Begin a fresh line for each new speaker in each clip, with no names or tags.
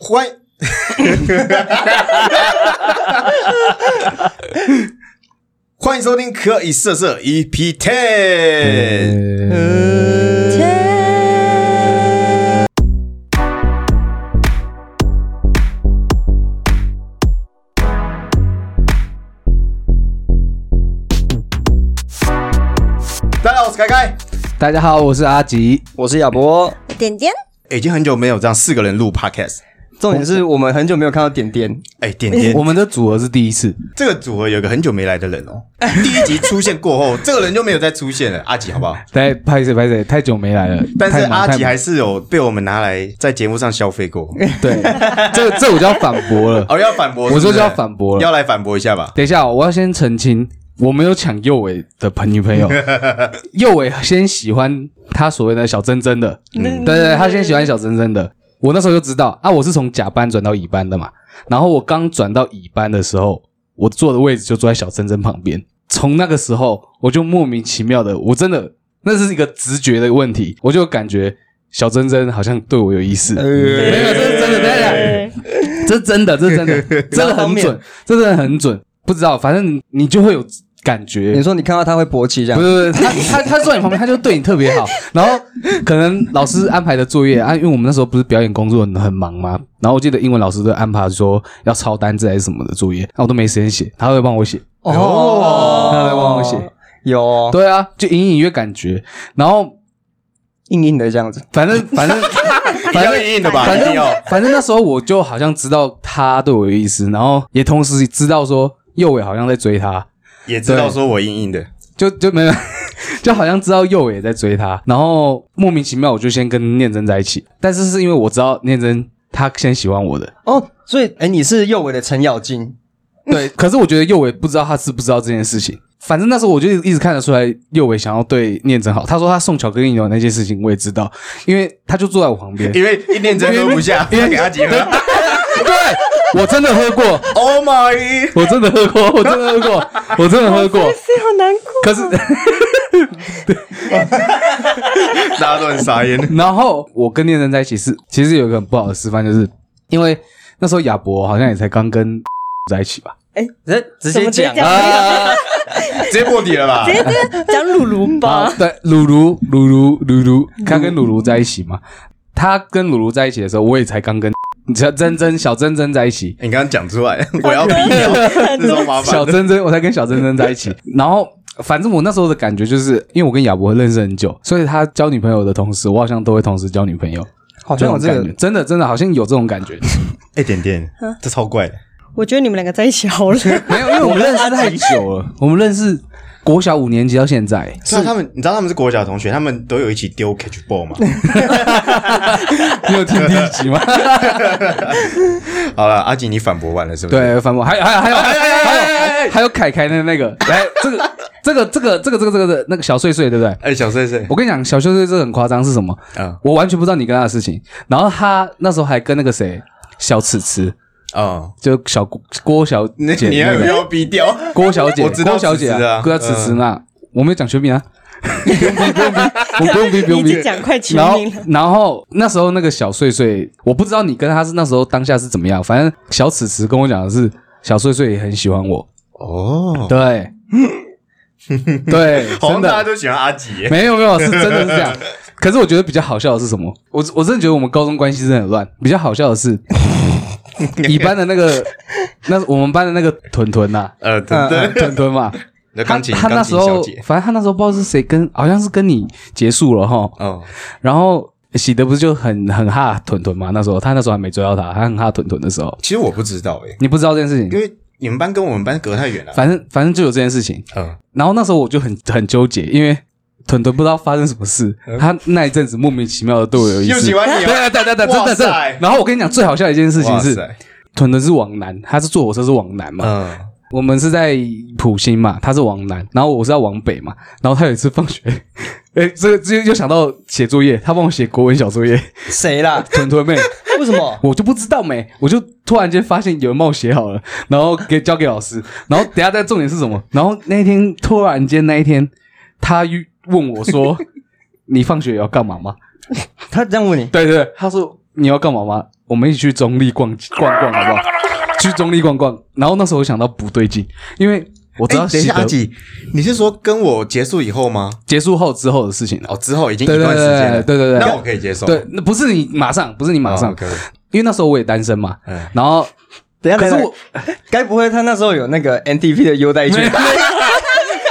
欢， 欢迎收听《可以色色 EP Ten》。大家好，我是凯凯。
大家好，我是阿吉。
我是亚博。
点点，
欸已经很久没有这样四个人录 Podcast。
重点是我们很久没有看到点点，
哎、点点
我，们的组合是第一 次，
这个组合有一个很久没来的人哦。第一集出现过后，这个人就没有再出现了。阿吉，好不 好？
对，哎拍谁拍谁，太久没来了。
但是
太忙
阿吉
太忙
还是有被我们拿来在节目上消费过。
对，这这我就要反驳了。
哦，要反驳是不
我
是，
说就要反驳了
要来反驳一下吧。
等一下，我要先澄清，我没有抢右伟的朋女朋友，右伟先喜欢他所谓的小珍珍的，对对对，他先喜欢小珍珍的。我那时候就知道啊，我是从甲班转到乙班的嘛。然后我刚转到乙班的时候，我坐的位置就坐在小珍珍旁边。从那个时候，我就莫名其妙的，我真的那是一个直觉的问题，我就感觉小珍珍好像对我有意思。没有，这是真的，等一下。这真的，这真的，真的很准，这真的很准。不知道，反正你就会有感觉
你。说你看到他会勃起这
不
样，
是不是，他他他坐在你旁边，他就对你特别好。然后可能老师安排的作业啊，因为我们那时候不是表演工作很忙嘛，然后我记得英文老师都安排说要抄单字还是什么的作业，那我都没时间写，他会帮我写。
哦
他会帮我写。
有哦
对啊，就隐隐约感觉，然后
硬硬的这样子，
反正反正反正
硬硬的吧
反
一定要
正反正那时候我就好像知道他对我有意思，然后也同时知道说右伟好像在追他，
也知道说我硬硬的，
就就没有， 就好像知道右伟在追他，然后莫名其妙我就先跟念真在一起，但是是因为我知道念真他先喜欢我的，
哦，所以哎，你是右尾的程咬金，
对，可是我觉得右伟不知道他知不知道这件事情。反正那时候我就一直看得出来，右伟想要对念真好。他说他送巧克力牛奶那件事情我也知道，因为他就坐在我旁 边。
因为一念真喝不 下，要给阿吉喝。
对，我真的喝过，
Oh my！
我真的喝过，我真的喝过，我真的喝过。
是好难过。
可是，
大家都很傻眼。
然后我跟念真在一起是，其实有一个很不好的示范，就是因为那时候亚博好像也才刚跟 在一起吧，
哎，直接
怎么直接
讲
讲
啊，
直接破底了吧？
直接讲鲁鲁吧，
对，鲁鲁鲁鲁鲁鲁，他跟鲁鲁在一起嘛，他跟鲁鲁在一起的时候，我也才刚跟 小珍珍小珍珍在一起，
你刚刚讲出 来，我要逼掉，这种麻
小
烦。
珍珍，我才跟小珍珍在一 起。然后，反正我那时候的感觉就是，因为我跟亚博认识很久，所以他交女朋友的同时，我好像都会同时交女朋友。
好
这
像
种
有这
感觉
个，
真的真的好像有这种感觉，
哎，点点，这超怪的。
我觉得你们两个在一起好了。
没有，因为我们认识太久了，我们认识国小五年级到现在，
是啊他们，你知道他们是国小同学，他们都有一起丢 catch ball 吗？
你有听第一集吗？
好了，阿吉，你反驳完了是不是？，
对，反驳，还有还有还有还有还有还有凯凯的那个，来这个这个这个这个这个这个的那个小碎碎，对不对？
哎，小碎碎，
我跟你讲，小秀这这很夸张，是什么？
嗯
我完全不知道你跟他的事情。然后他那时候还跟那个谁，小此此，
哦，
就小郭郭小姐
你
那
你要
个
要逼掉，
郭小姐，
我知道
郭小姐
此此啊
郭小此此那，我没有讲全名啊，不用逼，不用逼，我不用逼，不
你
用
已
逼
经。讲快全
然后
名了，，
然后那时候那个小碎碎，我不知道你跟他是那时候当下是怎么样，反正小此此跟我讲的是，小碎碎也很喜欢我，
哦，
对，对，
好像
真
大家
的。
都喜欢阿吉耶。
没有没有，是真的是这样。可是我觉得比较好笑的是什么？我我真的觉得我们高中关系真的很乱。比较好笑的是，乙班的那个，那我们班的那个屯屯呐、
呃，
啊，
对对，
屯屯嘛，
那
他
钢琴
他那
钢
时
琴小
候
姐，，
反正他那时候不知道是谁跟，啊好像是跟你结束了哈。
哦，
然后喜德不是就很很怕屯屯嘛？那时候他那时候还没追到他，他很怕屯屯的时候，
其实我不知道哎，
你不知道这件事
因
情，
为你们班跟我们班隔太远了。
反正反正就有这件事情。
嗯，
然后那时候我就很很纠结，因为屯屯不知道发生什么事，他那一阵子莫名其妙的对我有意
嗯
思，
又喜欢你哦
对对对对，真
哇塞
的真的。然后我跟你讲，最好笑的一件事情
哇
是，
塞
屯屯是往南，他是坐火车是往南嘛，
嗯。
我们是在普兴嘛，他是往南，然后我是要往北嘛。然后他有一次放学， 哎，这个这又又想到写作业，他帮我写国文小作业，
谁啦？
屯屯妹，
为什么？
我就不知道没，我就突然间发现有人帮我写好了，然后给交给老师，然后等一下再重点是什么？然后那一天突然间那一天，他又问我说：“ 你放学要干嘛吗
他这样问你？”，
对对对，他说：“你要干嘛吗？”我们一起去中立逛逛逛好不好？去中立逛逛。然后那时候我想到不对劲，因为我知道
哎等一
喜
下，阿
德
吉，你是说跟我结束以后吗？
结束后之后的事情了。
哦，之后已经一
对对
段时间了，
对对对对
那我可以接受。哦
对，那不是你马上，不是你马上，
可
因为那时候我也单身嘛
嗯。
然后
等一下，
可是
等一下
我
该不会他那时候有那个 NTP 的优待
没
券？，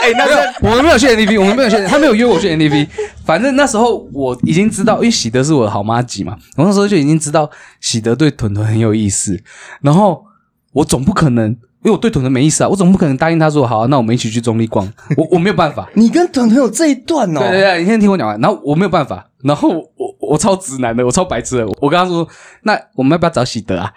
哎，那我们没有去 NDP，我们没有去，他没有约我去 NDP。反正那时候我已经知道，因为喜德是我的好妈吉嘛，我那时候就已经知道喜德对屯屯很有意思。然后我总不可能，因为我对屯屯没意思啊，我总不可能答应他说好、啊，那我们一起去中立逛。我我没有办法
你跟团团有这一段哦？
对对对，你先听我讲完。然后我没有办法，然后我我我超直男的，我超白痴的。我跟他说，那我们要不要找喜德啊？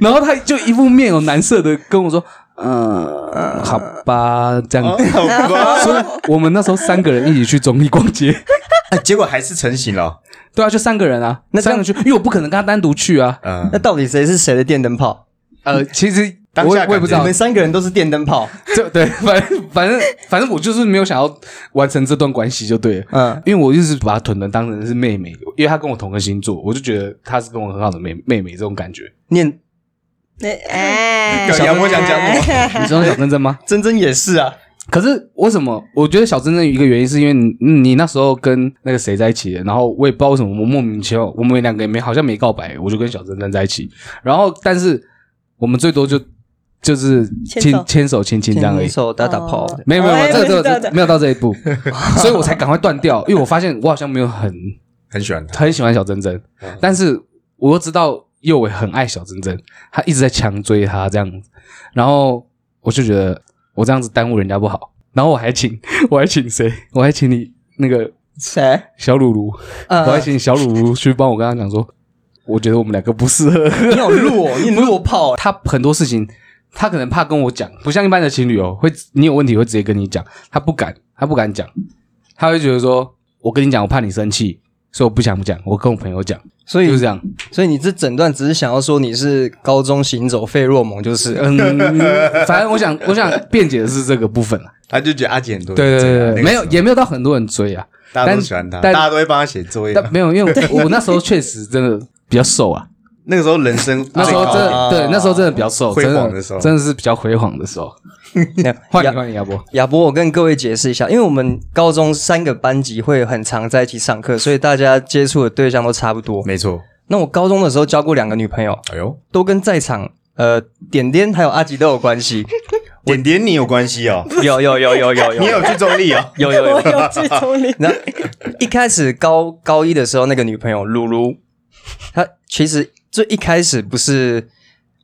然后他就一副面有难色的跟我说，嗯、好吧，这样。
哦好吧，
所以我们那时候三个人一起去中立逛街，
哎 结果还是成型了。
对啊，就三个人啊，
那这
三
样
个去，因为我不可能跟他单独去啊。
嗯
那，到底谁是谁的电灯泡？
呃，其实
当
我
下
也我也不知
感
你
道
们，三个人都是电灯泡。
这对，反正反正反正我就是没有想要完成这段关系就对了。
嗯，
因为我一直把屯屯当成是妹妹，因为她跟我同个星座，我就觉得她是跟我很好的妹妹妹这种感觉。
念
哎，
小杨我想讲什么？
你知道小珍珍吗？
真真也是啊，
可是为什么？我觉得小珍珍有一个原因是因为你你那时候跟那个谁在一起的，然后我也不知道为什么，我莫名其妙，我们两个也没好像没告白，我就跟小珍珍在一起。然后，但是我们最多就就是
牵
牵
手
牵手亲亲这样而已
牵。手打打炮。
哦
没有没有，没有
哎
这个
我知道
这
的
个没有到这一步，所以我才赶快断掉，因为我发现我好像没有很
很喜欢他，
很喜欢小珍珍，但是我又知道右伟很爱小珍珍，他一直在强追她这样子，然后我就觉得我这样子耽误人家不好，然后我还请 我还请谁？我还请你那个
谁？
小鲁鲁，
呃
我还请小鲁鲁去帮我跟他讲说，我觉得我们两个不适合。
你好弱哦，你很弱炮。
他很多事情，他可能怕跟我讲，不像一般的情侣哦，会你有问题会直接跟你讲，他不敢，他不敢讲，他会觉得说我跟你讲，我怕你生气，所以我不想讲，我跟我朋友讲，
所以
就是这样。
所以你这整段只是想要说你是高中行走费洛蒙，就是了。
嗯， 反正我想，我想辩解的是这个部分啊。
他就觉得阿姐很多
对
人
对
追啊，那个
对对，没有
时候
也没有到很多人追啊，
大家都
但
喜欢他，大
但
家都会帮他写作业。
但没有，因为我我那时候确实真的比较瘦啊，
那个时候人生
那时候真
最高啊
的对，那时候真的比较瘦，
辉
真
煌的时候
真的是比较辉煌的时 候。换你换你，要不？
亚博，我跟各位解释一下，因为我们高中三个班级会很常在一起上课，所以大家接触的对象都差不多。
没错。
那我高中的时候交过两个女朋友，
哎呦，
都跟在场呃点点还有阿吉都有关系。
点点你有关系哦，
有有有有有有
你有去中立 哦。
有有
我
有。
有去丛林，
然后一开始高高一的时候，那个女朋友露露，她其实最一开始不是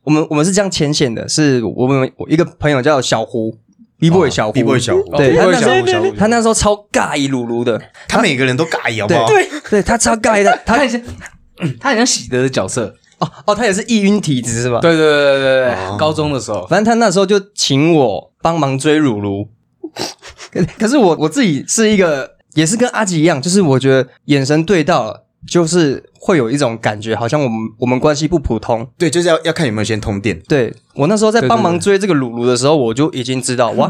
我们我们是这样牵线的，是我们我一个朋友叫小胡，B boy 小胡
B boy 哦小胡
对
哦
他
我
那时
小
候
五小五，
他那时候超尬一露露的，
他每个人都尬意好不好？
对他超尬一的，
他
他
很像， 他很像喜德的角色。
哦哦，他也是易晕体质是吧？，
对对对对对
哦
对，高中的时候，
反正他那时候就请我帮忙追 露露，可可是我我自己是一个也是跟阿吉一样，就是我觉得眼神对到了。就是会有一种感觉，好像我们我们关系不普通，
对，就是要要看有没有先通电。
对我那时候在帮忙追这个鲁鲁的时候，我就已经 知道哇，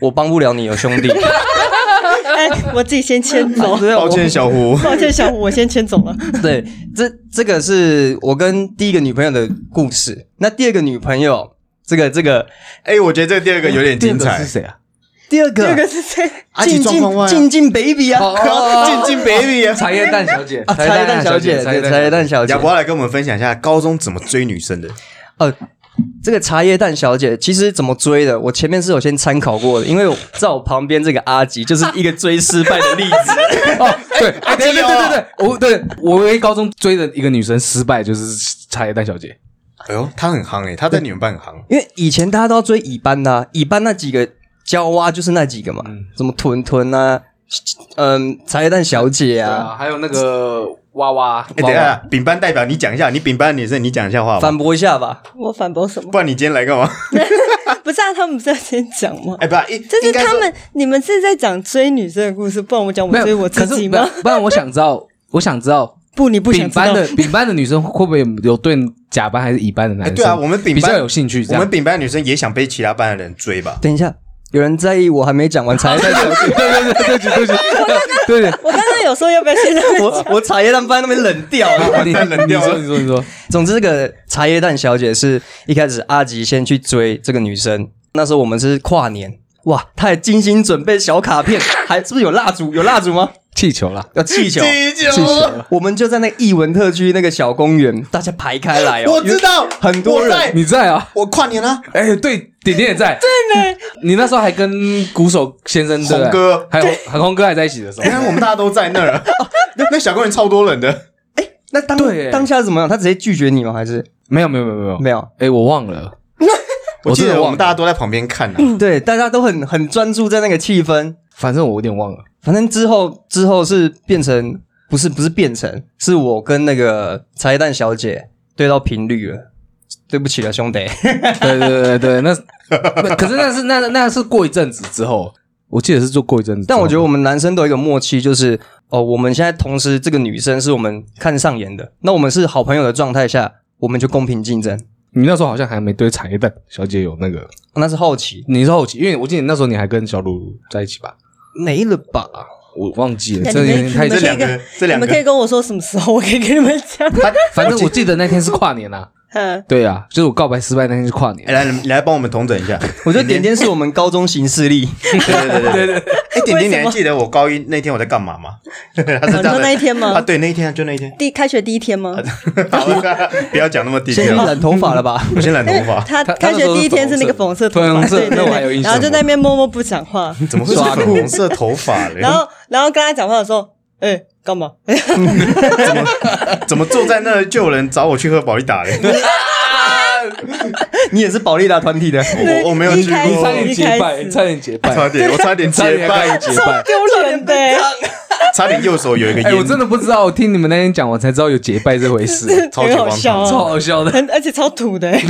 我帮不了你哦，兄弟。
哎，我自己先牵走，
对，
抱歉，
我
小胡，
抱歉，小虎，我先牵走了。
对，这这个是我跟第一个女朋友的故事。那第二个女朋友，这个这个
哎，我觉得这个第二个有点精
第二个
彩
是。谁 啊？
第二
这
个
个是谁？
阿吉
静
状况
静
外啊，哦
静静 baby 啊，
静 静 baby 啊。
茶叶蛋小姐，
啊，茶叶蛋小姐，对，茶叶蛋小姐
要不。要来跟我们分享一下高中怎么追女生的？
呃，这个茶叶蛋小姐其实怎么追的，我前面是有先参考过的，因为我在我旁边这个阿吉就是一个追失败的例子。
哦， 对，哎，对
基
对
友
对对对，我对我唯一高中追的一个女生失败就是茶叶蛋小姐，
哎呦，她很夯哎，她在你们班很夯。
因为以前大家都要追乙班呐、啊乙班那几个娇蛙就是那几个嘛，什么屯屯啊，嗯，茶叶蛋小姐啊，，
还有那个娃娃，
哎，等一下，丙班代表你讲一下，你丙班的女生你讲一下话好不好，
反驳一下吧。
我反驳什么
不？然你今天来干嘛？
不是啊，他们不是要先讲吗？
哎，不，一
这是
应该说
他们，你们是在讲追女生的故事，不然我讲我
没
追
有，
我
可
自
是
己
不然
吗？
不然我想知 道，我想知道。
不，你不想
丙
知道
班的丙班的女生会不会有对甲班还是乙班的男
哎
生？
对啊我们丙班
比较有兴趣，这
我
样
们 丙班的女生也想被其他班的人追吧？
等一下，有人在意我还没讲完茶叶蛋小姐？
对对对对对对对对对，
我刚刚有说要不要去那边
我 我茶叶蛋放在那边冷掉啊了。
你
冷掉了
你说你说你说，
总之，这个茶叶蛋小姐是一开始阿吉先去追这个女生，那时候我们是跨年，哇，他还精心准备小卡片，还是不是有蜡烛？有蜡烛吗？
气球啦，
有气球。
气
气球
球，
我们就在那个艺文特区那个小公园，大家排开来哦。
我知道
很多人
我在
你在啊？
我跨年啦，
哎，对，点点也在，对呢。你那时候还跟鼓手先生对不对
红哥
还有还红哥还在一起的时候
原，来我们大家都在那儿，啊那那小公园超多人的，
那当
对
当下是怎么样？他直接拒绝你吗？还是
没有没有没有没有
没有？
哎，我忘了，
我记
真的
得我们
忘了
大家都在旁边看啊，
对，大家都很很专注在那个气氛。
反正我有点忘了。
反正之后之后是变成不是不是变成是我跟那个茶叶蛋小姐对到频率了。对不起了，兄弟。
对对对对对，那那 可是那是那那是过一阵子之后，我记得是做过一阵子之后，
但
啊
我觉得我们男生都有一个默契，就是哦，我们现在同时这个女生是我们看上眼的，那我们是好朋友的状态下，我们就公平竞争。
你那时候好像还没对产业蛋小姐有那个，
那是好奇，
你是后期，因为我记得你那时候你还跟小鲁在一起吧，
没了吧？
我忘记了，
那
这有
你
点
们
太
你们
这
可
两
以跟
个这两
你们可以
个，
跟我说什么时候，我可以跟你们讲。
他
反正我记得那天是跨年啊，
嗯，
对啊，就是我告白失败那天是跨
哎
年，
来你来帮我们统整一下，
我觉得点点是我们高中行 事历，
对对对对对。哎，点点，
为什么
你还记得我高一那天我在干嘛吗？他是这样
哦你说
的
那一天吗
啊，对，那一天就那一天。
第开学第一天吗？
好了不要讲那么低
先去
调，
染头发了吧？
我先染头发。
他
他
开学第一天是那个粉红色头发，
粉红色
对对
那我
对
还有印象
然后就在那边默默不讲话，
怎么会
耍
耍
酷
粉红色头发嘞？
然后然后跟他讲话的时候，哎，干嘛？
怎么坐在那儿就有人找我去喝保利达嘞？
你也是保利达团体的，
我我没有
一
去
开始
差
过，
点结
一开
拜，
始
差点结
差
拜，
点我差点
差
结
点
拜，
结拜。
丢脸的，
差点右手有一个
哎、我
烟，
真的不知道，我听你们那天讲，我才知道有结拜这回事，
超级
很好
荒唐
笑
超
啊，
好笑的。
很而且超土的，
欸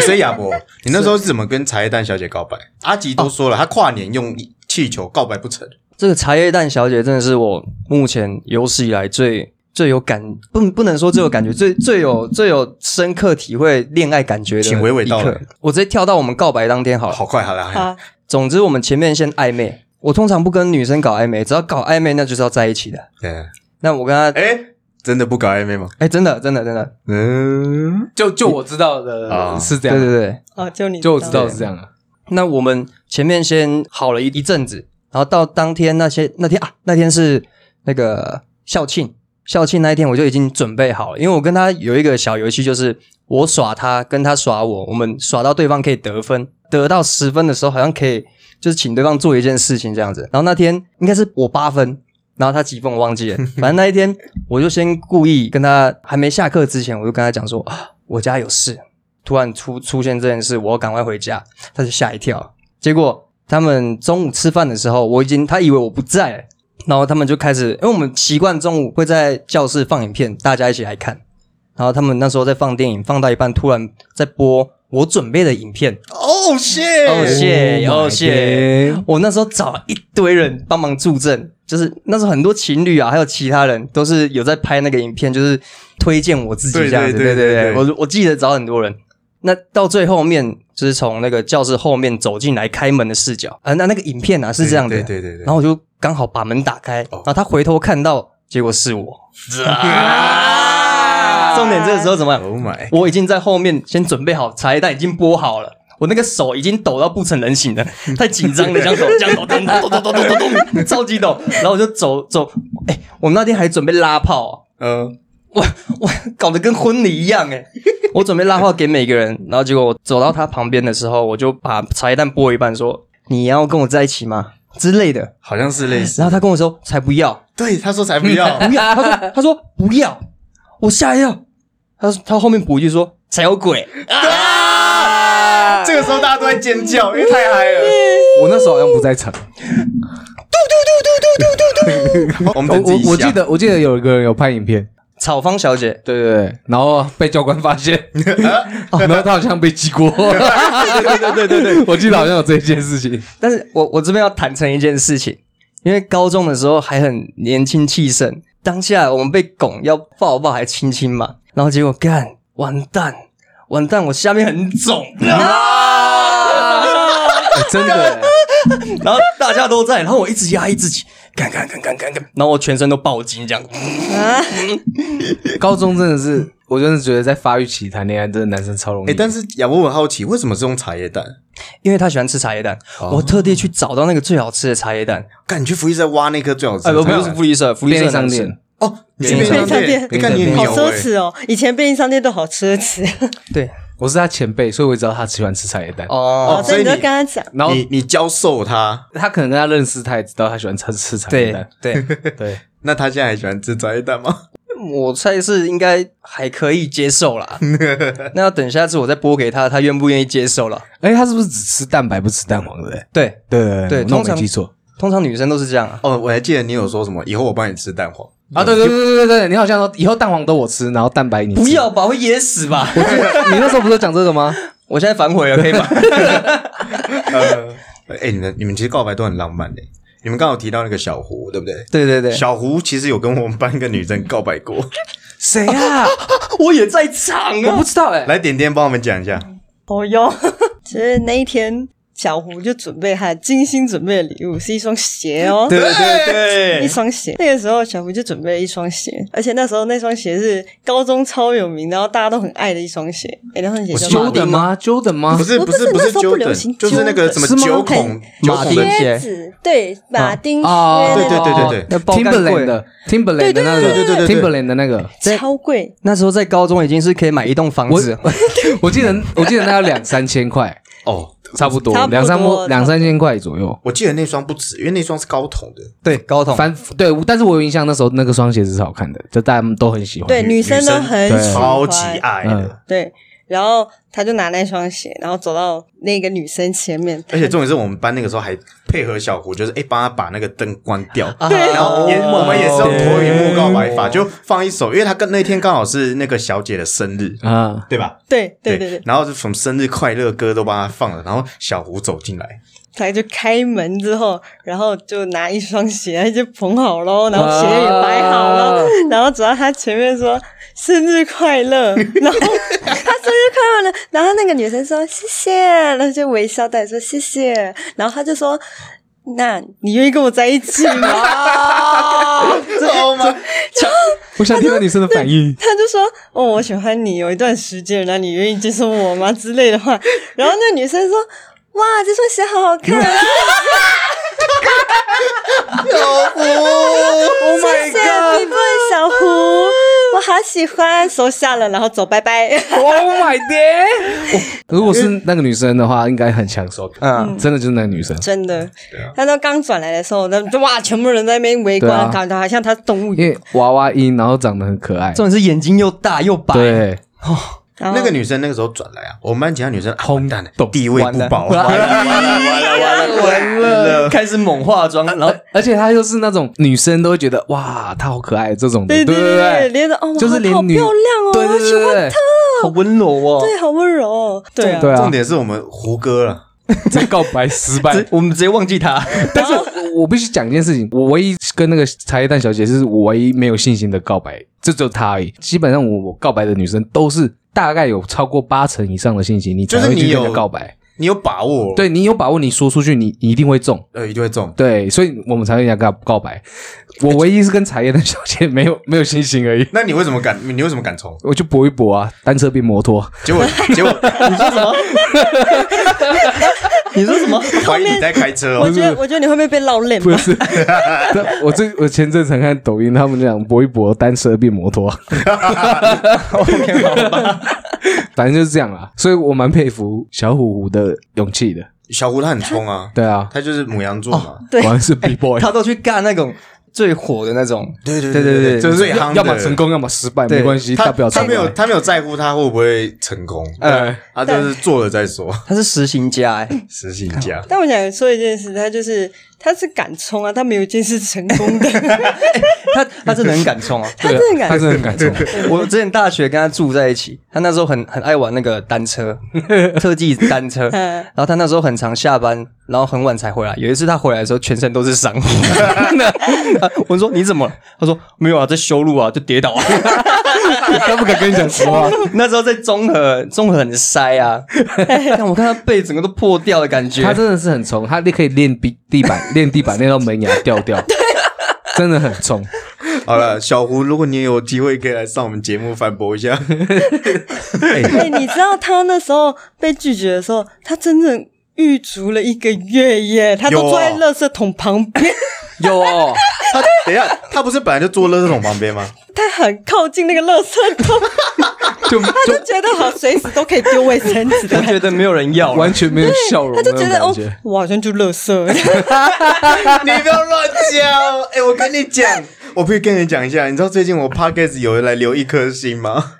所以亚博，你那时候是怎么跟茶叶蛋小姐告白？阿吉都说了，他跨年用气球告白不成，
这个茶叶蛋小姐真的是我目前有史以来最最有感，不不能说最有感觉，最最有最有深刻体会恋爱感觉的一刻。
请娓娓道来
我直接跳到我们告白当哦天好了。
好快，好了，好啦
啊，
总之我们前面先暧昧，我通常不跟女生搞暧昧，只要搞暧昧那就是要在一起的。
嗯，
那我跟她，哎、
哎，真的不搞暧昧吗？
真的真的真的，
嗯，
就就我知道的
啊
是这
对
样，
对对。
哦，就你，
就我知道是这样啊。
那我们前面先好了一一阵子，然后到当天那些那天啊，那天是那个校庆，校庆那一天我就已经准备好了，因为我跟他有一个小游戏，就是我耍他，跟他耍我，我们耍到对方可以得分，得到十分的时候好像可以就是请对方做一件事情这样子。然后那天应该是我八分。然后他几分我忘记了，反正那一天我就先故意跟他还没下课之前，我就跟他讲说，啊我家有事，突然出出现这件事，我要赶快回家，他就吓一跳。结果他们中午吃饭的时候，我已经他以为我不在了，然后他们就开始，因为我们习惯中午会在教室放影片，大家一起来看。然后他们那时候在放电影，放到一半突然在播我准备的影片，
哦
哦
谢，
谢哦谢。
Oh my god
我那时候找了一堆人帮忙助阵，就是那时候很多情侣啊，还有其他人都是有在拍那个影片，就是推荐我自己
对
这样子。
对对
对
对
我我记得找很多人。那到最后面，就是从那个教室后面走进来开门的视角啊，那那个影片啊是这样的，
对对对对对哦
然后我就刚好把门打开，然后他回头看到，结果是我。
Ah.
啊
重点这个时候怎么样？
，Oh my，
我已经在后面先准备好茶叶蛋，已经剥好了。我那个手已经抖到不成人形了，太紧张了，这样抖，这样抖，咚咚咚咚咚咚咚咚，超级抖。然后我就走走，哎、我那天还准备拉炮、啊，
嗯，
我我搞得跟婚礼一样哎、我准备拉炮给每个人，然后结果我走到他旁边的时候，我就把茶叶蛋剥一半说你要跟我在一起吗之类的。
好像是类似，
然后他跟我说才不要，
对，他说才不 要，
不要，他说 他说不要，我吓一跳。他说他后面补一句说才有鬼。
啊这个时候大家都在尖叫，因为太嗨了，
我那时候好像不在场，
我们
我
等自己
我我
下
记，得我记得有一个人有拍影片，
草芳小姐，
对对对，然后被教官发现， 然后他好像被记过，啊对对对对对，我记得好像有这件事情，
但是我我这边要坦诚一件事情，因为高中的时候还很年轻气盛，当下我们被拱要抱抱还亲亲嘛，然后结果干完蛋完蛋，我下面很肿，
哎真的， 哎
然后大家都在，然后我一直压抑自己，干干干干干干，然后我全身都爆筋这样。
啊，
高中真的是，我真的觉得在发育期谈恋爱，真的男生超容易。
哎、但是亚伯我很好奇，为什么是用茶叶蛋？
因为他喜欢吃茶叶蛋，
哦
我特地去找到那个最好吃的茶叶蛋。
感觉福利在挖那颗最好吃
哎，
的
我
茶叶蛋。
不是福利社，福利
便
社
利商
男生
店，
哦，你去
便利
便利商
商
店
店，
你看你也
好
牛
奢
哎，
侈哦！以前便利商店都好奢侈
对
我是他前辈，所以我也知道他喜欢吃茶叶蛋。
哦
哦，
所以你就
所以你
跟他讲，
然后
你你教授他，
他可能跟他认识，他也知道他喜欢吃吃茶叶
对
蛋。
对，
对，
那他现在还喜欢吃茶叶蛋吗？
我猜是应该还可以接受啦。那要等下次我再播给他，他愿不愿意接受了？
哎，他是不是只吃蛋白不吃蛋黄的欸？
对，
对对
对
那我
通常
没记错
通常女生都是这样啊。
哦，我还记得你有说什么，以后我帮你吃蛋 黄。
啊！对对对对对对，你好像说以后蛋黄都我吃，然后蛋白你吃
不要吧，会噎死吧？
我记得你那时候不是讲这个吗？
我现在反悔了，可以吗？
哎、你们你们其实告白都很浪漫的、欸你们刚好提到那个小胡，对不对？
对对对，
小胡其实有跟我们班一个女生告白 过，
谁啊？
我也在场
我
啊
不。知道哎、
来点点帮我们讲一下。
哦哟， 其实那一天小胡就准备他精心准备的礼物是一双鞋哦。
对对
一
对，
双鞋，那个时候小胡就准备了一双鞋，而且那时候那双鞋是高中超有名，然后大家都很爱的一双鞋。哎、那双鞋叫马丁
Jordan 吗？Jordan 吗
不？是
不
不是
是
不
那
是
时候不流行
Jordan，就是那啊个什么
Jordan
九孔九
马
孔
丁
的
靴
鞋，
子，对，马丁靴
哦，
对
那
对
种，
对对
那包干柜
Timberland 的 Timberland 的那
对
个，
对对对对对
Timberland 的那个，
超贵，
那时候在高中已经是可以买一栋房
我
子，
我记得我记得那要两三千块，
哦，
差不多
差不多
两三
差不多
两三千块左右。
我记得那双不止，因为那双是高筒的，
对，高筒。
反对，但是我有印象，那时候那个双鞋子是好看的，就大家都很喜欢。
对，女生都很
对
喜欢
超级矮的。
对，然后他就拿那双鞋，然后走到那个女生前面，
而且重点是我们班那个时候还配合小胡，就是哎帮他把那个灯关掉，
对
然后也
Oh
我们也是用投
my
影幕告白法，
God
就放一首，因为他跟那天刚好是那个小姐的生日，
啊，
对吧？
对对对对，
然后就什么生日快乐歌都帮他放了，然后小胡走进 来，
他就开门之后，然后就拿一双鞋就捧好喽，然后鞋也摆好
啊
了，然后走到他前面说生日快乐，然后他生日快乐了，然后那个女生说谢谢，然后就微笑带说谢谢，然后他就说。那你愿意跟我在一起吗？
哦吗？
我想听到女生的反应。
他就说：“哦，我喜欢你有一段时间了，那你愿意接受我吗？”之类的话。 然后那女生说：“哇，这双鞋好好看啊！
，Oh
哦
谢谢 b b 小胡， 我好喜欢。”收下了，然后走，拜 拜。
Oh my god！如果是那个女生的话，应该很享受。
嗯，
真的就是那个女生。
真的，他都刚转来的时候，那哇，全部人在那边围
啊对啊
观，感觉好像他是动物
因
园。
为娃娃音，然后长得很可爱，
重点是眼睛又大又白，
对，
然后
那个女生那个时候转来啊，我们班其他女生啊完蛋了
轰动
地位不保，啊
完了
完了完了完了，
开始猛化妆，然后
而且她又是那种女生都会觉得哇，她好可爱这种的，
对
对
对对，
对
连着哦，
就是连
好
女
漂亮哦，
对
我
对
喜欢
对
好温柔哦。
对，好温柔哦。对啊，
对啊
重！点是我们胡歌了，
这告白失败
直我们直接忘记他，
但是我必须讲一件事情，我唯一跟那个茶叶蛋小姐是我唯一没有信心的告白，这就她而已。基本上我我告白的女生都是大概有超过八成以上的信心，你才
就是
会
你
去跟
有
人家告白。
你有把握？，
对你有把握，你说出去，你你一定会中。
呃，一定会中。
对，所以我们才会跟人家告告白。我唯一是跟茶叶蛋小姐没有没有信心而已，
那你为什么敢？你为什么敢冲？
我就搏一搏啊，单车变摩托。
结 果结果
你说什么？
怀疑你在开车
我
哦。
觉得我觉得你会不会被绕脸吧
不？是，但我最我前阵才看抖音，他们讲搏一搏，单车变摩托。
OK，好吧，
反正就是这样啦。所以我蛮佩服小虎虎的勇气的。
小胡他很冲啊，
对哦啊，
他就是母羊座嘛。
对
果然是 B boy，、
他都去干那种最火的那种，
对对
对对对
就是
最
要
夯
要
的
么成。功，要么失败，
对
没关系，
他
大不了哎
他
重
没有
来。
他没有在乎他会不会成功，
呃，
他就是做了再说。
他是实行家哎，
实行家，
但我想说一件事，他就是他是敢冲啊，他没有一件事成功的。
他他真的很敢冲啊。
对啊
真的敢
他真的很敢冲。
我之前大学跟他住在一起，他那时候很很爱玩那个单车， 特技单车。
嗯
然后他那时候很常下班，然后很晚才回来。有一次他回来的时候，全身都是伤。 我说你怎么了？他说没有啊，在修路啊，就跌倒啊。
他不敢跟你讲实话，
那时候在综合，综合很塞啊， 但我看他背整个都破掉的感觉。
他真的是很冲，他可以练地地板，练地板练到门牙掉掉。真的很冲。
好了，小胡，如果你有机会可以来上我们节目反驳一下。哎
哎，你知道他那时候被拒绝的时候，他整整狱足了一个月耶，他都
有哦
坐在垃圾桶旁 边，
有哦，
他等一下，他不是本来就坐垃圾桶旁边吗？
他很靠近那个垃圾桶，
就
他就觉得好像随时都可以丢卫生纸的
他
感觉。
觉得没有人要了，
完全没有笑容
他
那
就
种
觉得
感
哦
觉。，
我好像就垃圾，
你不要乱讲！哎、我跟你讲， 我必须跟你讲一下，你知道最近我 podcast 有人来留一颗星吗？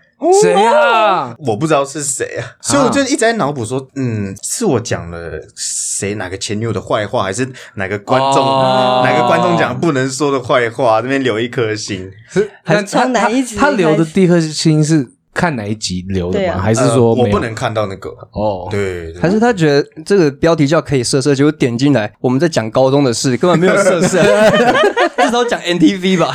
谁啊？
我不知道是谁啊，所以我就一直在脑补说，嗯，是我讲了谁哪个前女友的坏话，还是哪个观众、
哦
哪个观众讲不能说的坏话，这边留一颗星。
是
还是从哪一集
他他
开
留的
始
第一颗星是看哪一集留的
对
吗？
啊
还是
呃
说
我
没有
不能看到那个？
哦？
对，对
还是他觉得这个标题叫可以色色，结果点进来我们在讲高中的事，根本没有色 色，至少讲 NTV 吧。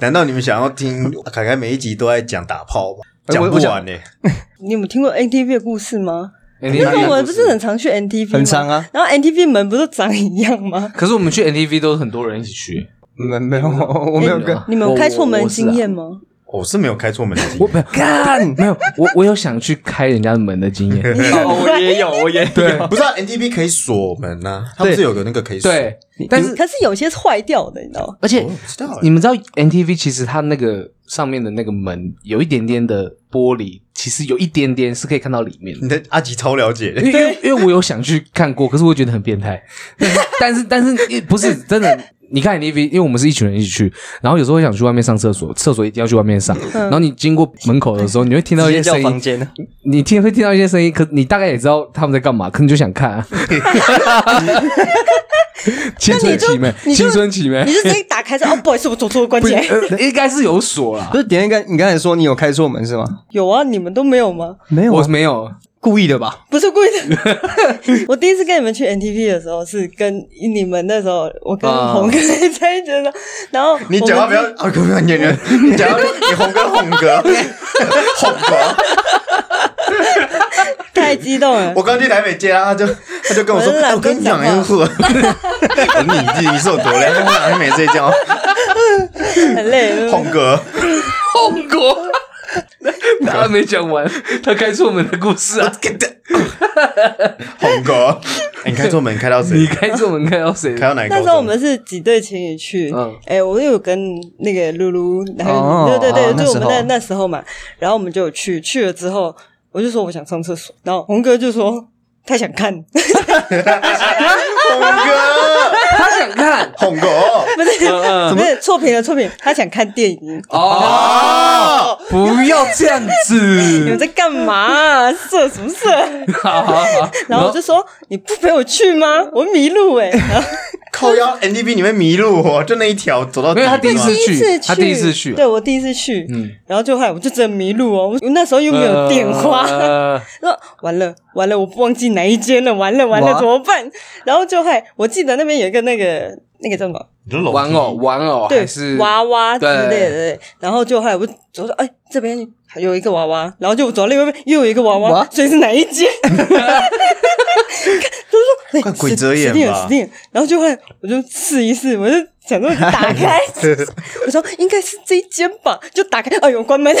难道你们想要听凯凯每一集都在讲打炮吗？
哎
讲
我
不完呢、
你有没有听过 NTV 的故事吗？
哎你
那时候我
的
们
故
不
事
是很常去 NTV 吗
很常啊，
然后 NTV 门不是长一样吗？
可是我们去 NTV 都是很多人一起去，
没没有，我没有跟
哎
你们有
我
开错门
我是啊
经验吗？
哦我是没有开错门的经验
我没有干没有，我我有想去开人家的门的经验。
哦，我也有，我也 有。
不是、啊、NTP 可以锁门呐、它不是
对
有个那个可以锁？
对，但是
可是有些是坏掉的，你知道吗？
而且
我不知道欸
你们知道 NTV 其实它那个上面的那个门有一点点的玻璃，其实有一点点是可以看到里面的。
你的阿吉超了解的，
因为因为因为我有想去看过，可是我觉得很变态。但是但 是但是不是真的？你看 NTV，因为我们是一群人一起去，然后有时候会想去外面上厕所，厕所一定要去外面上。
嗯
然后你经过门口的时候，你会听到
直
一些
接叫
声
房
音，
间，
你听会听到一些声音，可你大概也知道他们在干嘛，可能就想看、啊。 青春期没？
你就
青春期 没
你？就直接打开说哦，不好意思，我走错了关
不，
节。
呃应该是有锁啦
不。是点一个？你刚才说你有开错门是吗？
有啊，你们都没有啊吗？
没
我没有，
故意的吧？
不是故意的。 我第一次跟你们去 NTV 的时候，是跟你们那时候，我跟
啊
红哥在一起的时候，然后
你
我
讲话不
们
要啊，不要你你你讲话你红哥红哥 红哥，
太激动了
我。刚去台北接他，他就他就跟我说，
我是懒
哎我跟你讲
跟你
一
讲话
个，你你是有多累？他晚上没睡觉，
很累。
红哥，
红国， 他还没讲完，他开错门的故事啊！
红哥，哎你开错门开到谁？
你开错门开到谁？
开到哪个
那
高中？
时候我们是几对情侣去，
嗯
哎、我有跟那个露露，还有、
哦
对对对，
哦那
就我们
时
那
候
那时候嘛，然后我们就有去，去了之后，我就说我想上厕所，然后红哥就说他想看，
红哥，
他想看
红哥，
不是、
嗯
不是错评了错评，他想看电影，
哦，
啊
不要这样
你们
子，
在干嘛 啊、色什 么色？
好好好，
然后我就说你不陪我去吗？我迷路 哎、然后
靠腰 NDB 你会迷路哦，就那一条走到底
没有他第一
吗
次
第一次
去，
去，
他第一次去，
对我第一次去，
嗯
然后就害我就真的迷路哦，我那时候又没有电话。
呃
说完了完了，我忘记哪一间了，完了完了
哇
怎么办？然后就害我记得那边有一个那个那个叫什么
你说楼梯
玩 偶，玩偶
对
哦还是
娃娃之类的，
对
对然后就害我走说哎这边有一个娃娃，然后就走到另外一边又有一个娃娃
哇，
所以是哪一 间？就
怪
说
鬼遮眼
哎死定了
吧
死定了，然后就害我就试一试，我就想说打开， 我说应该是这一间吧，就打开，哎呦关 门，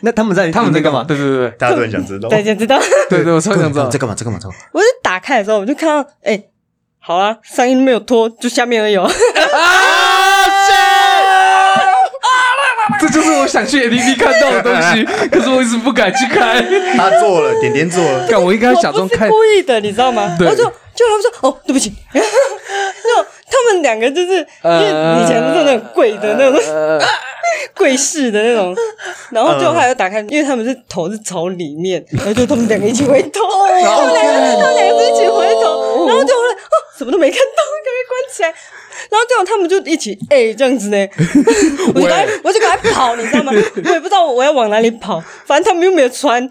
那他们在
他们在
在
干嘛？？对对对
大家都很想知道。
大家知道。
对对，我超想知 道
在。干嘛？在干嘛？在干嘛？
我就打开的时候，我就看到，哎、好啊，上衣没有脱，就下面而已哦。
这就是我想去 APP 看到的东西，可是我一直不敢去开。
他做了，点点做了。
看，我应该假装
我不是
看
故意的，你知道吗？
对
我就就他们说，哦，对不起， 就他们两个就是、
呃
因为以前不是那种贵的那种、
呃
贵式的那种，然后就还有打开，因为他们是头是朝里面，然后就他们两个一起回头，
哦
他们两个他们两个是一起回头，然后就后来哦什么都没看到，赶快关起来。然后这样他们就一起哎、这样子 呢，我就赶快我就赶快跑，你知道吗？我也不知道我要往哪里跑，反正他们又没有穿，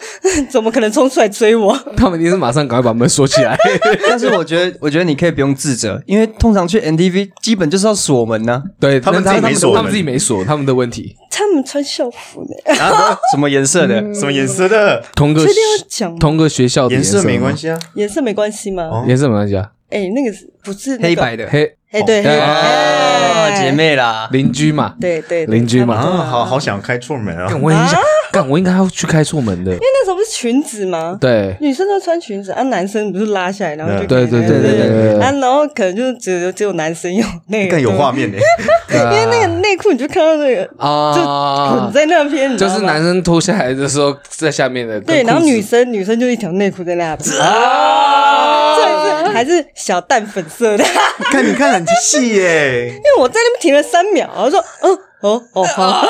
怎么可能冲出来追我？
他们一定是马上赶快把门锁起来。
但是我觉得，我觉得你可以不用自责，因为通常去 NTV 基本就是要锁门呐。
对，
他们
但
自己没锁
他们
门
自己没锁，他们的问题。
他们穿校服呢，
啊，什么颜色的？
什么颜色的？
同个
这一定要讲吗
同个学校的
颜
颜
色没
吗
关，系啊。
颜色没关系吗？
哦
颜色没关系啊。
哎、那个是不是、那个、
黑白的
嘿，
哎对
哦
啊，
哎
姐妹啦，
邻居嘛，
对对对
邻居嘛
差不多
啊，好好想开错门啊
干！我也很想，干我应该要去开错门的，
那时候不是裙子吗？
对，
女生都穿裙子，啊，男生不是拉下来，然后就
对对对对对对对
啊，然后可能就只有只有男生有那个，
更有画面呢，
因为那个内裤你就看到那个
啊
捆，在那边，你知
就
道吗
是男生脱下来的时候在下面的，
对，
跟裤子
然后女生女生就一条内裤在那边，
啊，
这是还是小淡粉色的，因
看你看很细耶，
为我在那边停了三秒，我说嗯哦哦好，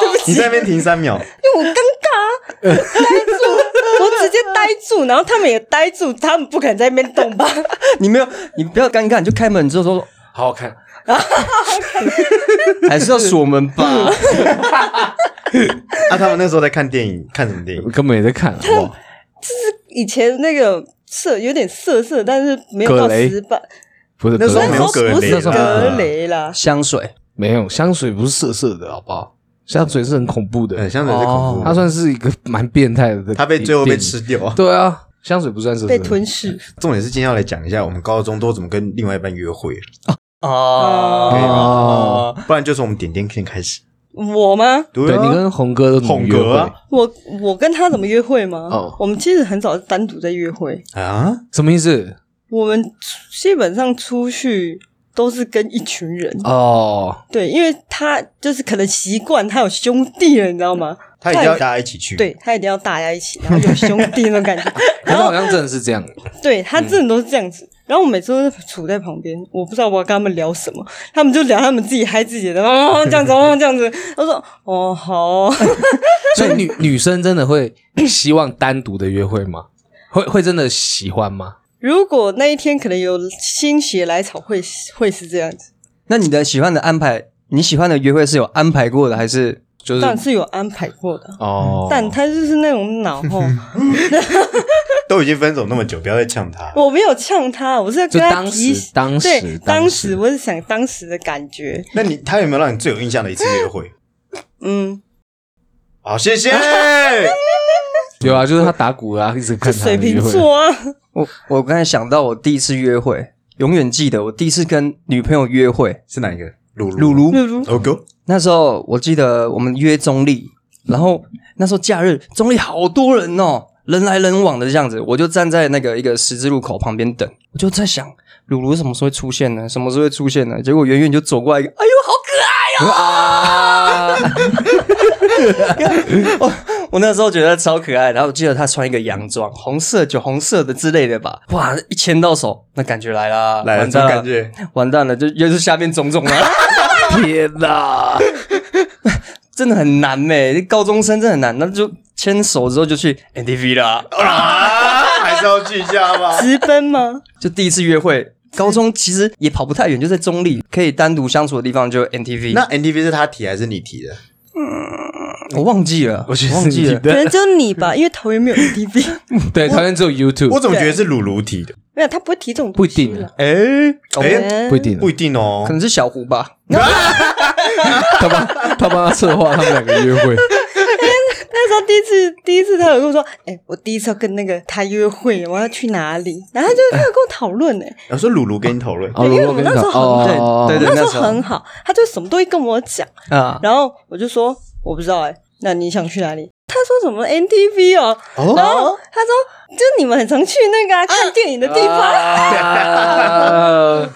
对不
你
起，因
在那边停三秒，
为我尴尬啊，我呆住， 我直接呆住，然后他们也呆住，他们不肯在那边动吧。
你没有，你不要尴尬，你就开门之后说，
好好看，
还是要锁门吧。
啊，他们那时候在看电影，看什么电
我
影？
根本没在看，好 不好？
以前那个色有点涩涩，但是没有
葛
到
雷
十八，
不是
那时候
那
没
时
有啊
候
啊
葛
不
雷
是
啦
格雷啦，
香水，
没有香水不是涩涩的，好不好？香水是很恐怖的
嗯，，香水是恐怖
它
的，
算是一个蛮变态的。
他被最后被，吃掉啊。
对啊，香水不算是
被吞噬。
重点是今天要来讲一下我们高中都怎么跟另外一半约会，可以吗？
哦。
不然就从我们点点先开始。
我吗？
对
对
啊
你跟红哥都怎么
红
约
哥
会？
啊
我我跟他怎么约会吗？
哦
我们其实很少单独在约会，
啊，
什么意思？
我们基本上出去都是跟一群人。
哦，
对，因为他就是可能习惯他有兄弟了，你知道吗？
他一定要大家一起去。
对他一定要大家一起，然后有兄弟那种感觉。
可是好像真的是这 样，
对他真的都是这样子。然后我每次都是处在旁边，我不知道我要跟他们聊什么，他们就聊他们自己嗨自己 的，哦这样子，哦这样子。我说哦好 哦
所以女女生真的会希望单独的约会吗？会会真的喜欢吗？
如果那一天可能有心血来潮会，会是这样子，
那你的喜欢的安排，你喜欢的约会是有安排过的，还是
就是
但是有安排过的。
哦，
但他就是那种脑 后，
都已经分手那么久，不要再呛他。
我没有呛他，我是要
就
跟他
当
提
时
醒。
当
对
时，
当时我是想当时的感觉，
那你他有没有让你最有印象的一次约会？
嗯，
好，谢谢。
有啊，就是他打鼓啊，一直
就
看他的
水
约
瓶
会
座啊，
我我刚才想到我第一次约会，永远记得我第一次跟女朋友约会，
是哪一个？鲁
鲁
鲁
鲁，
露露
哦哥，
那时候我记得我们约中立，然后那时候假日中立好多人哦，人来人往的这样子，我就站在那个一个十字路口旁边等，我就在想鲁鲁什么时候会出现呢？什么时候会出现呢？结果远远就走过来一个，哎呦，
啊，
好可爱哦！ 我那时候觉得超可爱，然后我记得他穿一个洋装，红色、酒红色的之类的吧，哇，一牵到手，那感觉来啦，
来了，
完
这
蛋
种
了，
感觉。
完蛋了，就又是下面种种啊了。
天哪！
真的很难呢，高中生真的很难，那就牵手之后就去 NTV 啦，
啊， 还是要聚一下吧。
直 奔吗？
就第一次约会。高中其实也跑不太远，就在中立，可以单独相处的地方就 NTV。
那 NTV 是他提还是你提的？
我忘记了，
我觉得
忘记
是你
了，
可能
的，
就你吧，因为桃园没有 E ATV，
对，讨厌只有 YouTube，
我怎么觉得是鲁鲁提的？
没有他不会提这种
不
东
一
西
定
啦
啊，
哎
哦
哎，
哎
不一定啊，
不一定哦
可。能是小胡吧。
他帮他帮他策划他们两个约 会，
那时候第一次，第一次他有跟我说，哎、我第一次要跟那个他约会，我要去哪里？然后他就他有跟我讨论、哎，
我说鲁鲁跟你讨论，
哦，
因为
我
我们
跟你讲，
那时候
很
哦，
对对
那时
那时
候
候
很好，他就什么都会跟我讲，
啊，
然后我就说我不知道、哎，那你想去哪里？他说什么 NTV 哦，然后他说就你们很常去那个、啊、看电影的地方，
啊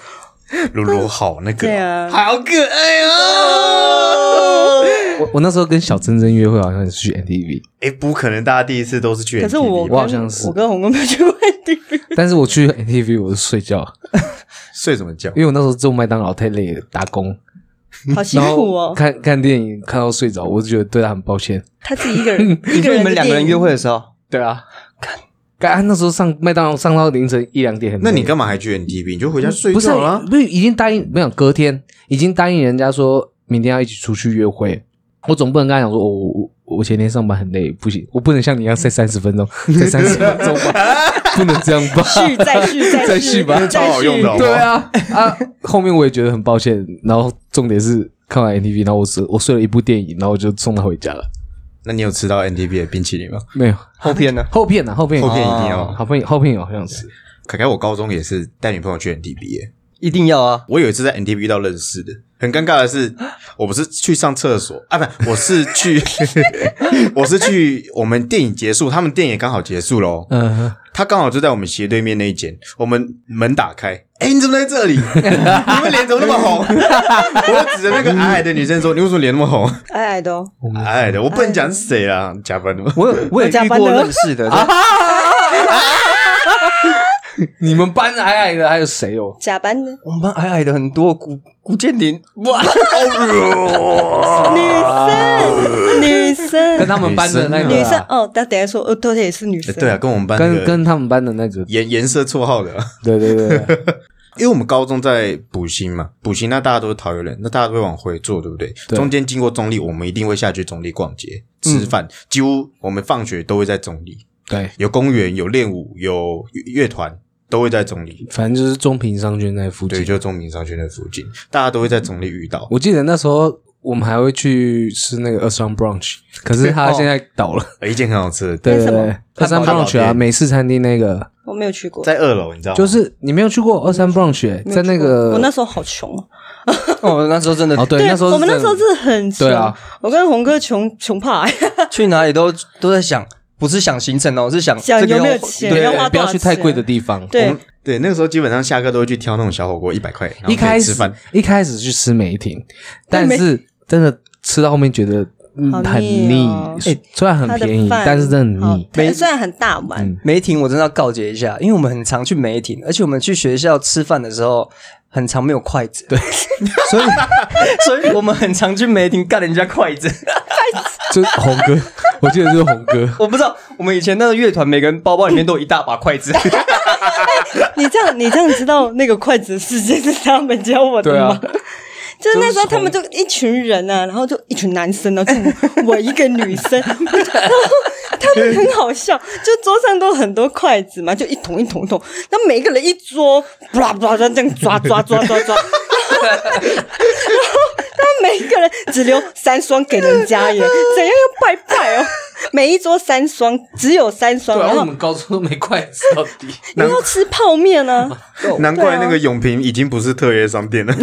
鲁鲁好那
对
个，
啊，
好可爱哦。
我我那时候跟小珍珍约会，好像也是去 NTV，
哎，不可能，大家第一次都是去 NTV 吧。
可是我
我好
跟
像是
我跟红哥没有去过 NTV，
但是我去 NTV 我是睡觉，
睡什么觉
因？为我那时候做麦当劳太累了，打工，
好辛
然
苦
后
哦，
看看电影看到睡着，我就觉得对他很抱歉。
他自己一个人，一
你跟
个人
你们两个人约
会，
会的时候，
对啊，干干那时候上麦当劳上到凌晨一两点很累，
那你干嘛还去 NTV？你就回家睡
不是
觉啦。
不是已经答应没有？隔天已经答应人家说明天要一起出去约会，我总不能跟他讲说，我我我我前天上班很累，不行，我不能像你一样晒三十分钟，晒三十分钟吧，不能这样吧？
续再续再续
再续吧
再
超好用的哦
对啊啊！后面我也觉得很抱歉，然后重点是看完 NTV，然后我睡我睡了一部电影，然后我就送他回家了。
那你有吃 到 NTV 的冰淇淋吗？
没有
后片呢？
啊后片呢、后片哦
后片一定要
哦好朋友后片好像是
凯凯，我高中也是带女朋友去 NTB 耶、
一定要啊！
我有一次在 NTB 遇到认识的，很尴尬的是，我不是去上厕所啊，不，我是去， 我是去我们电影结束，他们电影也刚好结束喽，
嗯，
他刚好就在我们斜对面那一间，我们门打开，哎、你怎么在这里？ 你们脸怎么那么红？我指着 那个矮矮的女生说，你为什么脸那么红？
矮矮的哦，
矮矮的，我不能讲是谁啦，加班的
啊
吗？
我有我有
有加
遇
班
过
的
认 识的，就
你们班矮矮的还有谁哦？
假扮的
我们班矮矮的很多，古古建林哇，
女
跟
生，
他们班的那个啊
女生，哦，他等一下说，哦，对，也是女生，
对啊，跟我们班那
跟
个
跟他们班的那个，
颜颜色绰号的、啊
对对对对，
因为我们高中在补习嘛，补习那大家都是桃园人，那大家都会往回坐，对不对？
对嗯
中间经过中立，我们一定会下去中立逛街、吃饭，几乎我们放学都会在中立，
对，
有公园、有练舞、有乐团，都会在中立。
反正就是中平商圈那附
对，
近。
就中民商圈的附近，大家都会在中立遇到。
我记得那时候我们还会去吃那个二三 brunch，可是他现在倒 了。
一间很好吃的，
对对
什么
对，二三
汉堡
brunch 啊，
店
美式餐厅那个，
我没有去过，
在二楼，你知道吗？
就是你没有去过二三 brunch，欸
没有
在那
去过我那
个
时候好穷哦，
哦，那时候真的
哦，对，那时候
我们那
真
时
的
候真的很穷，
对啊，
我跟红哥穷穷怕 欸，
去哪里都都在想，不是想行程哦，是想
想
这个
有没有
要
钱
对
要花多少
不要去太贵的
钱
地方。
我
对
们，嗯对，那个时候基本上下课都会去挑那种小火锅，一百块，然后
一
可
开
以吃
始
饭。
一开始去吃梅婷，但是真的吃到后面觉得嗯
好
很
腻哦
腻，虽虽然很
他的
便宜，
饭
但是真的
好
很腻。
对虽然很大碗，
梅婷，我真的要告诫一下，因为我们很常去梅婷，而且我们去学校吃饭的时候，很常没有筷子，对， 所以所以我们很常去梅婷干人家筷子。
就红 哥，我记得就是红哥，
我不知道，我们以前那个乐团，每个人包包里面都有一大把筷子，
你这样，你这样知道那个筷子的事件是他们教我的
对
吗？
啊
就是那时候他们就一群人啊，然后就一群男生啊，就我我一个 女生，然后他们很好笑，就桌上都很多筷子嘛，就一桶一桶一桶，然后每一个人一桌，抓抓抓这样抓抓抓抓抓。然后他们每一个人只留三双给人 家耶，怎样要拜拜哦？每一桌三双，只有三双，
啊
然
然后我
后
们高中都没筷子到底。
因为要吃泡面啊。
难怪
对啊
那个永平已经不是特约商店了，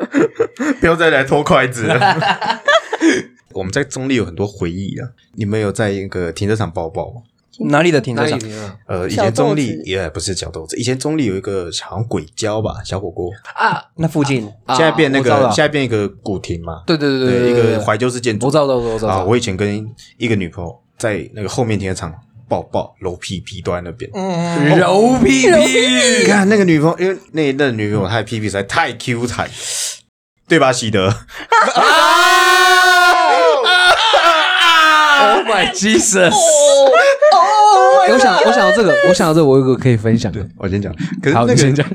不要再来偷筷子了。 我们在中立有很多回忆啊！你们有在那个停车场抱抱吗？
哪里的停车场？
呃，以
小
前中
豆
立
子
也不是小豆子，以前中立有一个好像鬼椒吧小火锅，
啊？
那附近
啊
现在变那
我知道
个
了
现在变一个古亭嘛，
对对对
对，一
对
个怀旧式建筑。
我知道，我知道，我知道
啊！
我知道。
我以前跟一个女朋友在那个后面停车场抱抱，揉屁屁都在那边。
揉屁屁，
看那个女朋友，因为那一任女朋友她的屁屁实在太 Q 弹了，对吧，喜德？
Oh my Jesus！我哎想，我想到这个，我想到这个，我有个可以分享的。
我先讲，可是
好，
那
你先
个
讲。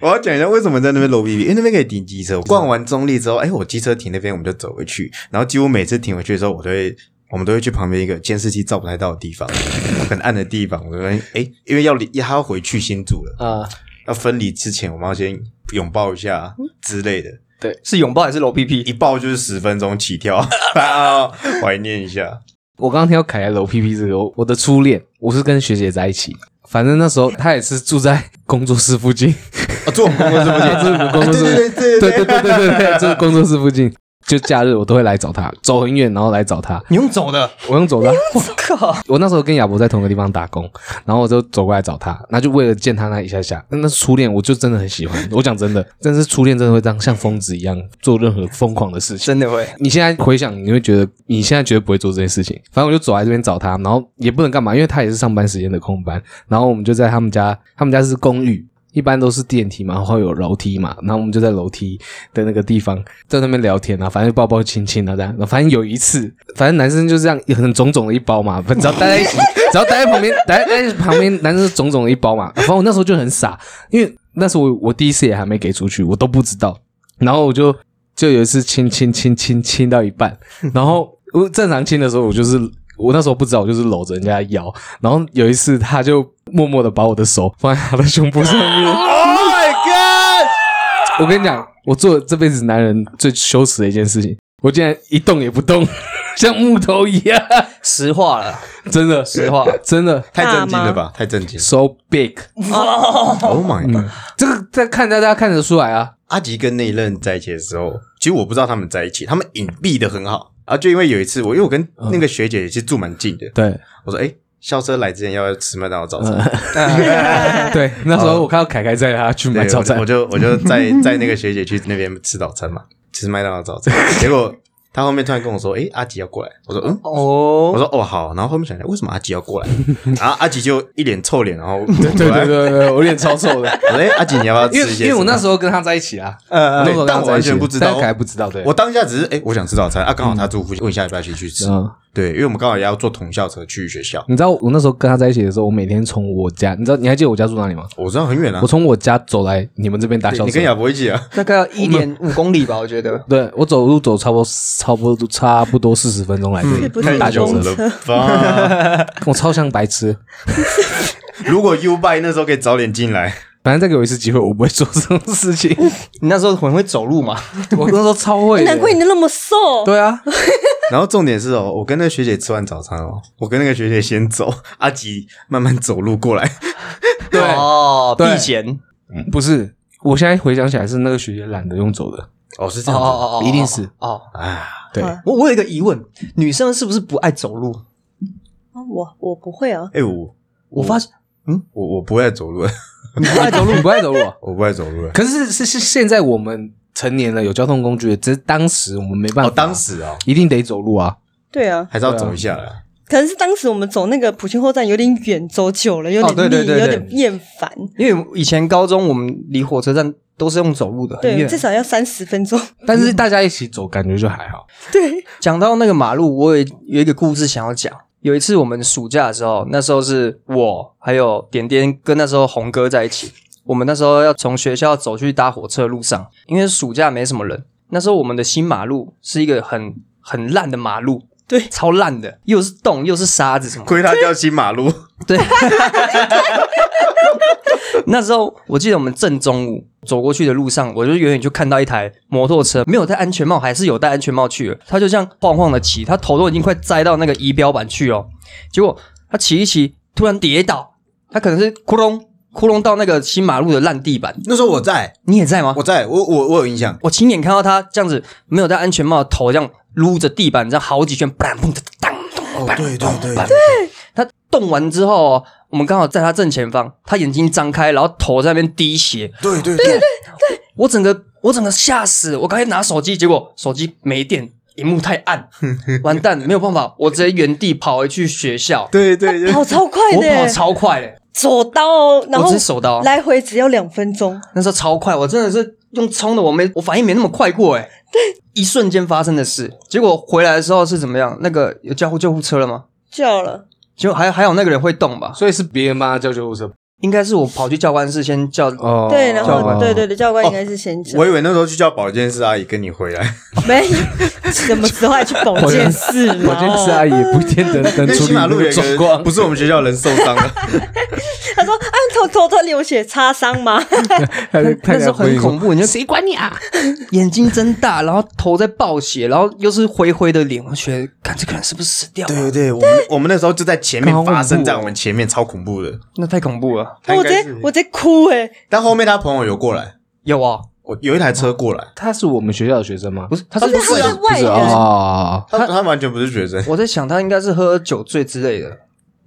我要讲一下为什么在那边漏 B B，因为那边可以停机车。逛完中立之后，哎、我机车停那边，我们就走回去。然后几乎每次停回去的时候，我都会，我们都会去旁边一个监视器照不太到的地方，很暗的地方。我说，哎、因为要离，他要回去新住了，
啊，
要分离之前，我们要先拥抱一下之类的。
是拥抱还是揉屁
一
屁？
抱就是十分钟起跳，啊怀念一下。
我刚刚听到凯来揉屁屁这个，我我的初恋，我是跟学姐在一起。反正那时候她也是住在工作室附近，
啊，做我们工作是不是？
这是我们工作室
对对
对对对对对对，就是工作室附近。就假日我都会来找她，走很远然后来找她。
你用走的，
我用走的啊，
我靠！
我那时候跟亚博在同一个地方打工，然后我就走过来找他，那就为了见他那一下下，那是初恋，我就真的很喜欢。我讲真的，但是初恋真的会当像疯子一样做任何疯狂的事情。
真的会，
你现在回想，你会觉得你现在绝对不会做这件事情。反正我就走来这边找他，然后也不能干嘛，因为他也是上班时间的空班。然后我们就在他们家，他们家是公寓，一般都是电梯嘛，然后有楼梯嘛，然后我们就在楼梯的那个地方在那边聊天啊，反正抱抱亲亲啊这样。反正有一次，反正男生就这样很肿肿的一包嘛，只要待在一起，只要待在旁边，待待在旁边，男生是肿肿的一包嘛。反正我那时候就很傻，因为那时候我我第一次也还没给出去，我都不知道。然后我就就有一次亲亲亲亲亲到一 半，然后我正常亲的时候，我就是我那时候不知道，我就是搂着人家的腰，然后有一次他就默默的把我的手放在他的胸部上面。
Oh my god！
我跟你讲，我做了这辈子男人最羞耻的一件事情，我竟然一动也不动， 像木头一样，
实话了，
真的，
实话，
真的
太震惊了吧？太震惊了
so big。
！Oh my god！、
这个在看大家看得出来啊，
阿吉跟那一任在一起的时候，其实我不知道他们在一起，他们隐蔽的很好啊。就因为有一次，我因为我跟那个学姐也是住蛮近的，
对
我说：“哎、校车来之前要不要吃麦当劳早餐？”
对，那时候我看到凯凯在，他 去
对
买早餐
我，就我就我就在在那个学姐去那边吃早餐嘛，吃麦当劳早餐。结果他后面突然跟我说：“哎、阿吉要过来。”我说：“嗯。”我
哦，
说哦好，然后后面想想为什么阿吉要过来， 然后阿吉就一脸臭脸，然后对
对对，对对，我脸超臭的，
我说哎阿吉你要不要吃
因
一
为
些什么？
因为我那时候跟他在一起啊，
呃
那时候跟他
但我
在一
完
起
全不知道
但凯凯不知道，对，
我当下只是哎、诶我想吃早餐啊，刚好他住附近，问一下要不要一起去吃。
嗯
对，因为我们刚好也要坐同校车去学校，
你知道我那时候跟他在一起的时候，我每天从我家，你知道你还记得我家住哪里吗？
我知道很远啊
我。从我家走来你们这边搭
对
校
你
车
跟，亚博一起啊？
大概要一点五公里吧，我觉得。
对我走路走差不多差不多差不多四十分钟来这
是
里，
不是
太
搭
久
公车
了吧？
我超像白痴。
如果 U Bike 那时候可以早点进来，
反正再给我一次机会，我不会做这种事情。
你那时候很会走路 嘛？
我那时候超会的，
哎难怪你那么瘦。
对啊，
然后重点是哦，我跟那个学姐吃完早餐哦，我跟那个学姐先走，阿吉慢慢走路过来。
对
哦，避
对
嫌。
不是。我现在回想起来是那个学姐懒得用走的，
哦，是这
哦
样子
哦哦，哦
一定是
哦。
啊，
对，
啊
我我有一个疑问，女生是不是不爱走路？
我我不会哦，
哎、我
我发现
我我不爱走路，
嗯
你不爱走路，你不爱走路啊。
我不爱走路。
可是是是现在我们成年了，有交通工具了，只是当时我们没办
哦，
法，
当时哦，
一定得走路啊。
对啊，
还是要走一下啦。
可能是当时我们走那个普信后站有点远，走久了有
哦对
点
对
腻，
对
有
对
点厌烦。
因为以前高中我们离火车站都是用走路的，很
对，
远
至。少要三十分钟。
但是大家一起走，感觉就还好。
对，
讲到那个马路，我有有一个故事想要讲。有一次我们暑假的时候，那时候是我还有点点跟那时候红哥在一起。我们那时候要从学校走去搭火车的路上，因为暑假没什么人。那时候我们的新马路是一个很很烂的马路，
对
超烂的，又是洞又是沙子什么的。
亏他叫新马路，
对，那时候我记得我们正中午走过去的路上，我就远远就看到一台摩托车，没有戴安全帽，还是有戴安全帽去了。他就这样晃晃的骑，他头都已经快栽到那个仪表板去哦。结果他骑一骑，突然跌倒，他可能是窟窿窟窿到那个新马路的烂地板。
那时候我在，
你也在吗？
我在，我我我有印象。
我亲眼看到他这样子，没有戴安全帽，头这样撸着地板，这样好几圈，砰砰的当咚
哦
砰
对对对
砰他动完之后哦，我们刚好在他正前方，他眼睛张开，然后头在那边滴血，
对对对，
我整个我整个吓死，我刚才拿手机，结果手机没电，荧幕太 暗，完蛋，没有办法，我直接原地跑回去学校，
对对对，
跑超快
我
的
跑
耶，
超快嘞，
走到然
我啊
后
直接手刀，
来回只要两分钟，
那时候超快，我真的是用冲的，我没我反应没那么快过哎，对，一瞬间发生的事，结果回来的时候是怎么样？那个有叫护救护车了吗？
叫了。
就还还有那个人会动吧？
所以是别人帮他叫救护车
应该是我跑去教官室先叫
哦
对，然
教官
后对对对，教官应该是先叫
我，以为那时候去叫保健室阿姨跟你回 来，
没 什么时候还去保健室了？
保健室阿姨也不见得能
因为
处理
新马
那
路有
个
一
状
个
况
不。是我们学校人受伤了，
他说：“啊，头头在流血擦伤吗？
那
那时候很恐怖，你就谁管你啊？ 眼睛睁大，然后头在爆血，然后又是灰灰的脸，我觉得，看这个人是不是死掉
对
了？
对对，我们我们那时候就在前面
好恐怖
发生在
哦
我们前面，超恐怖的。
那太恐怖了。
他
我
应
直
该
接
是
我直接哭哎、
但后面他朋友有过来，
有啊，
我有一台车过来，
他是我们学校的学生吗？
不是，他
不
是
是他是
不
外
是
人，
啊，
他他完全不是学生，
我在想他应该是喝酒醉之类的，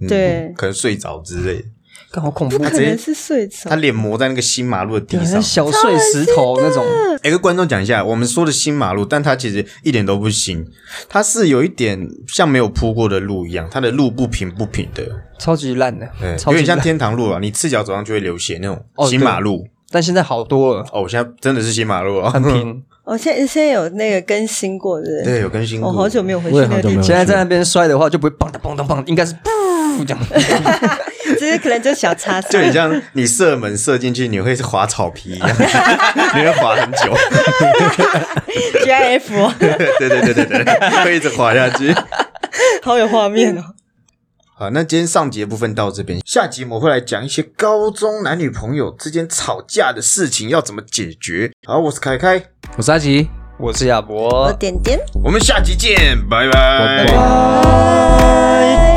嗯
对
可能睡着之类的，
看好恐怖
不。可
直接
能是睡着
他。脸磨在那个新马路的地
对，
上
像。小碎石头那种，
哎，跟观众讲一下，我们说的新马路，但它其实一点都不新，它是有一点像没有铺过的路一样，它的路不平不平的，
超级烂的
对，，
超
有
级
点像
烂。
天堂路啊，你赤脚走上就会流血那种
哦
新马路。
但现在好多了，
哦，我现在真的是新马路啊了，
很平。
我、哦现在现在有那个更新过，对不对？
对，有更新
我、
哦
过。
好久没有回去
我也
那个
好久没
地
有
方，
现在在那边摔的话，就不会砰的砰的砰，应该是噗这样。
只是可能就小 擦
就
伤
很。像你射门射进去，你会滑草皮一样， 你会滑很久。
GIF，、哦、
对对对对对，会一直滑下去。
好有画面哦。
好，那今天上集的部分到这边，下集我们会来讲一些高中男女朋友之间吵架的事情要怎么解决。好，我是凯凯，
我是阿吉，
我是亚
我
博，
点点。
我们下集见，拜
拜
拜
拜。
拜。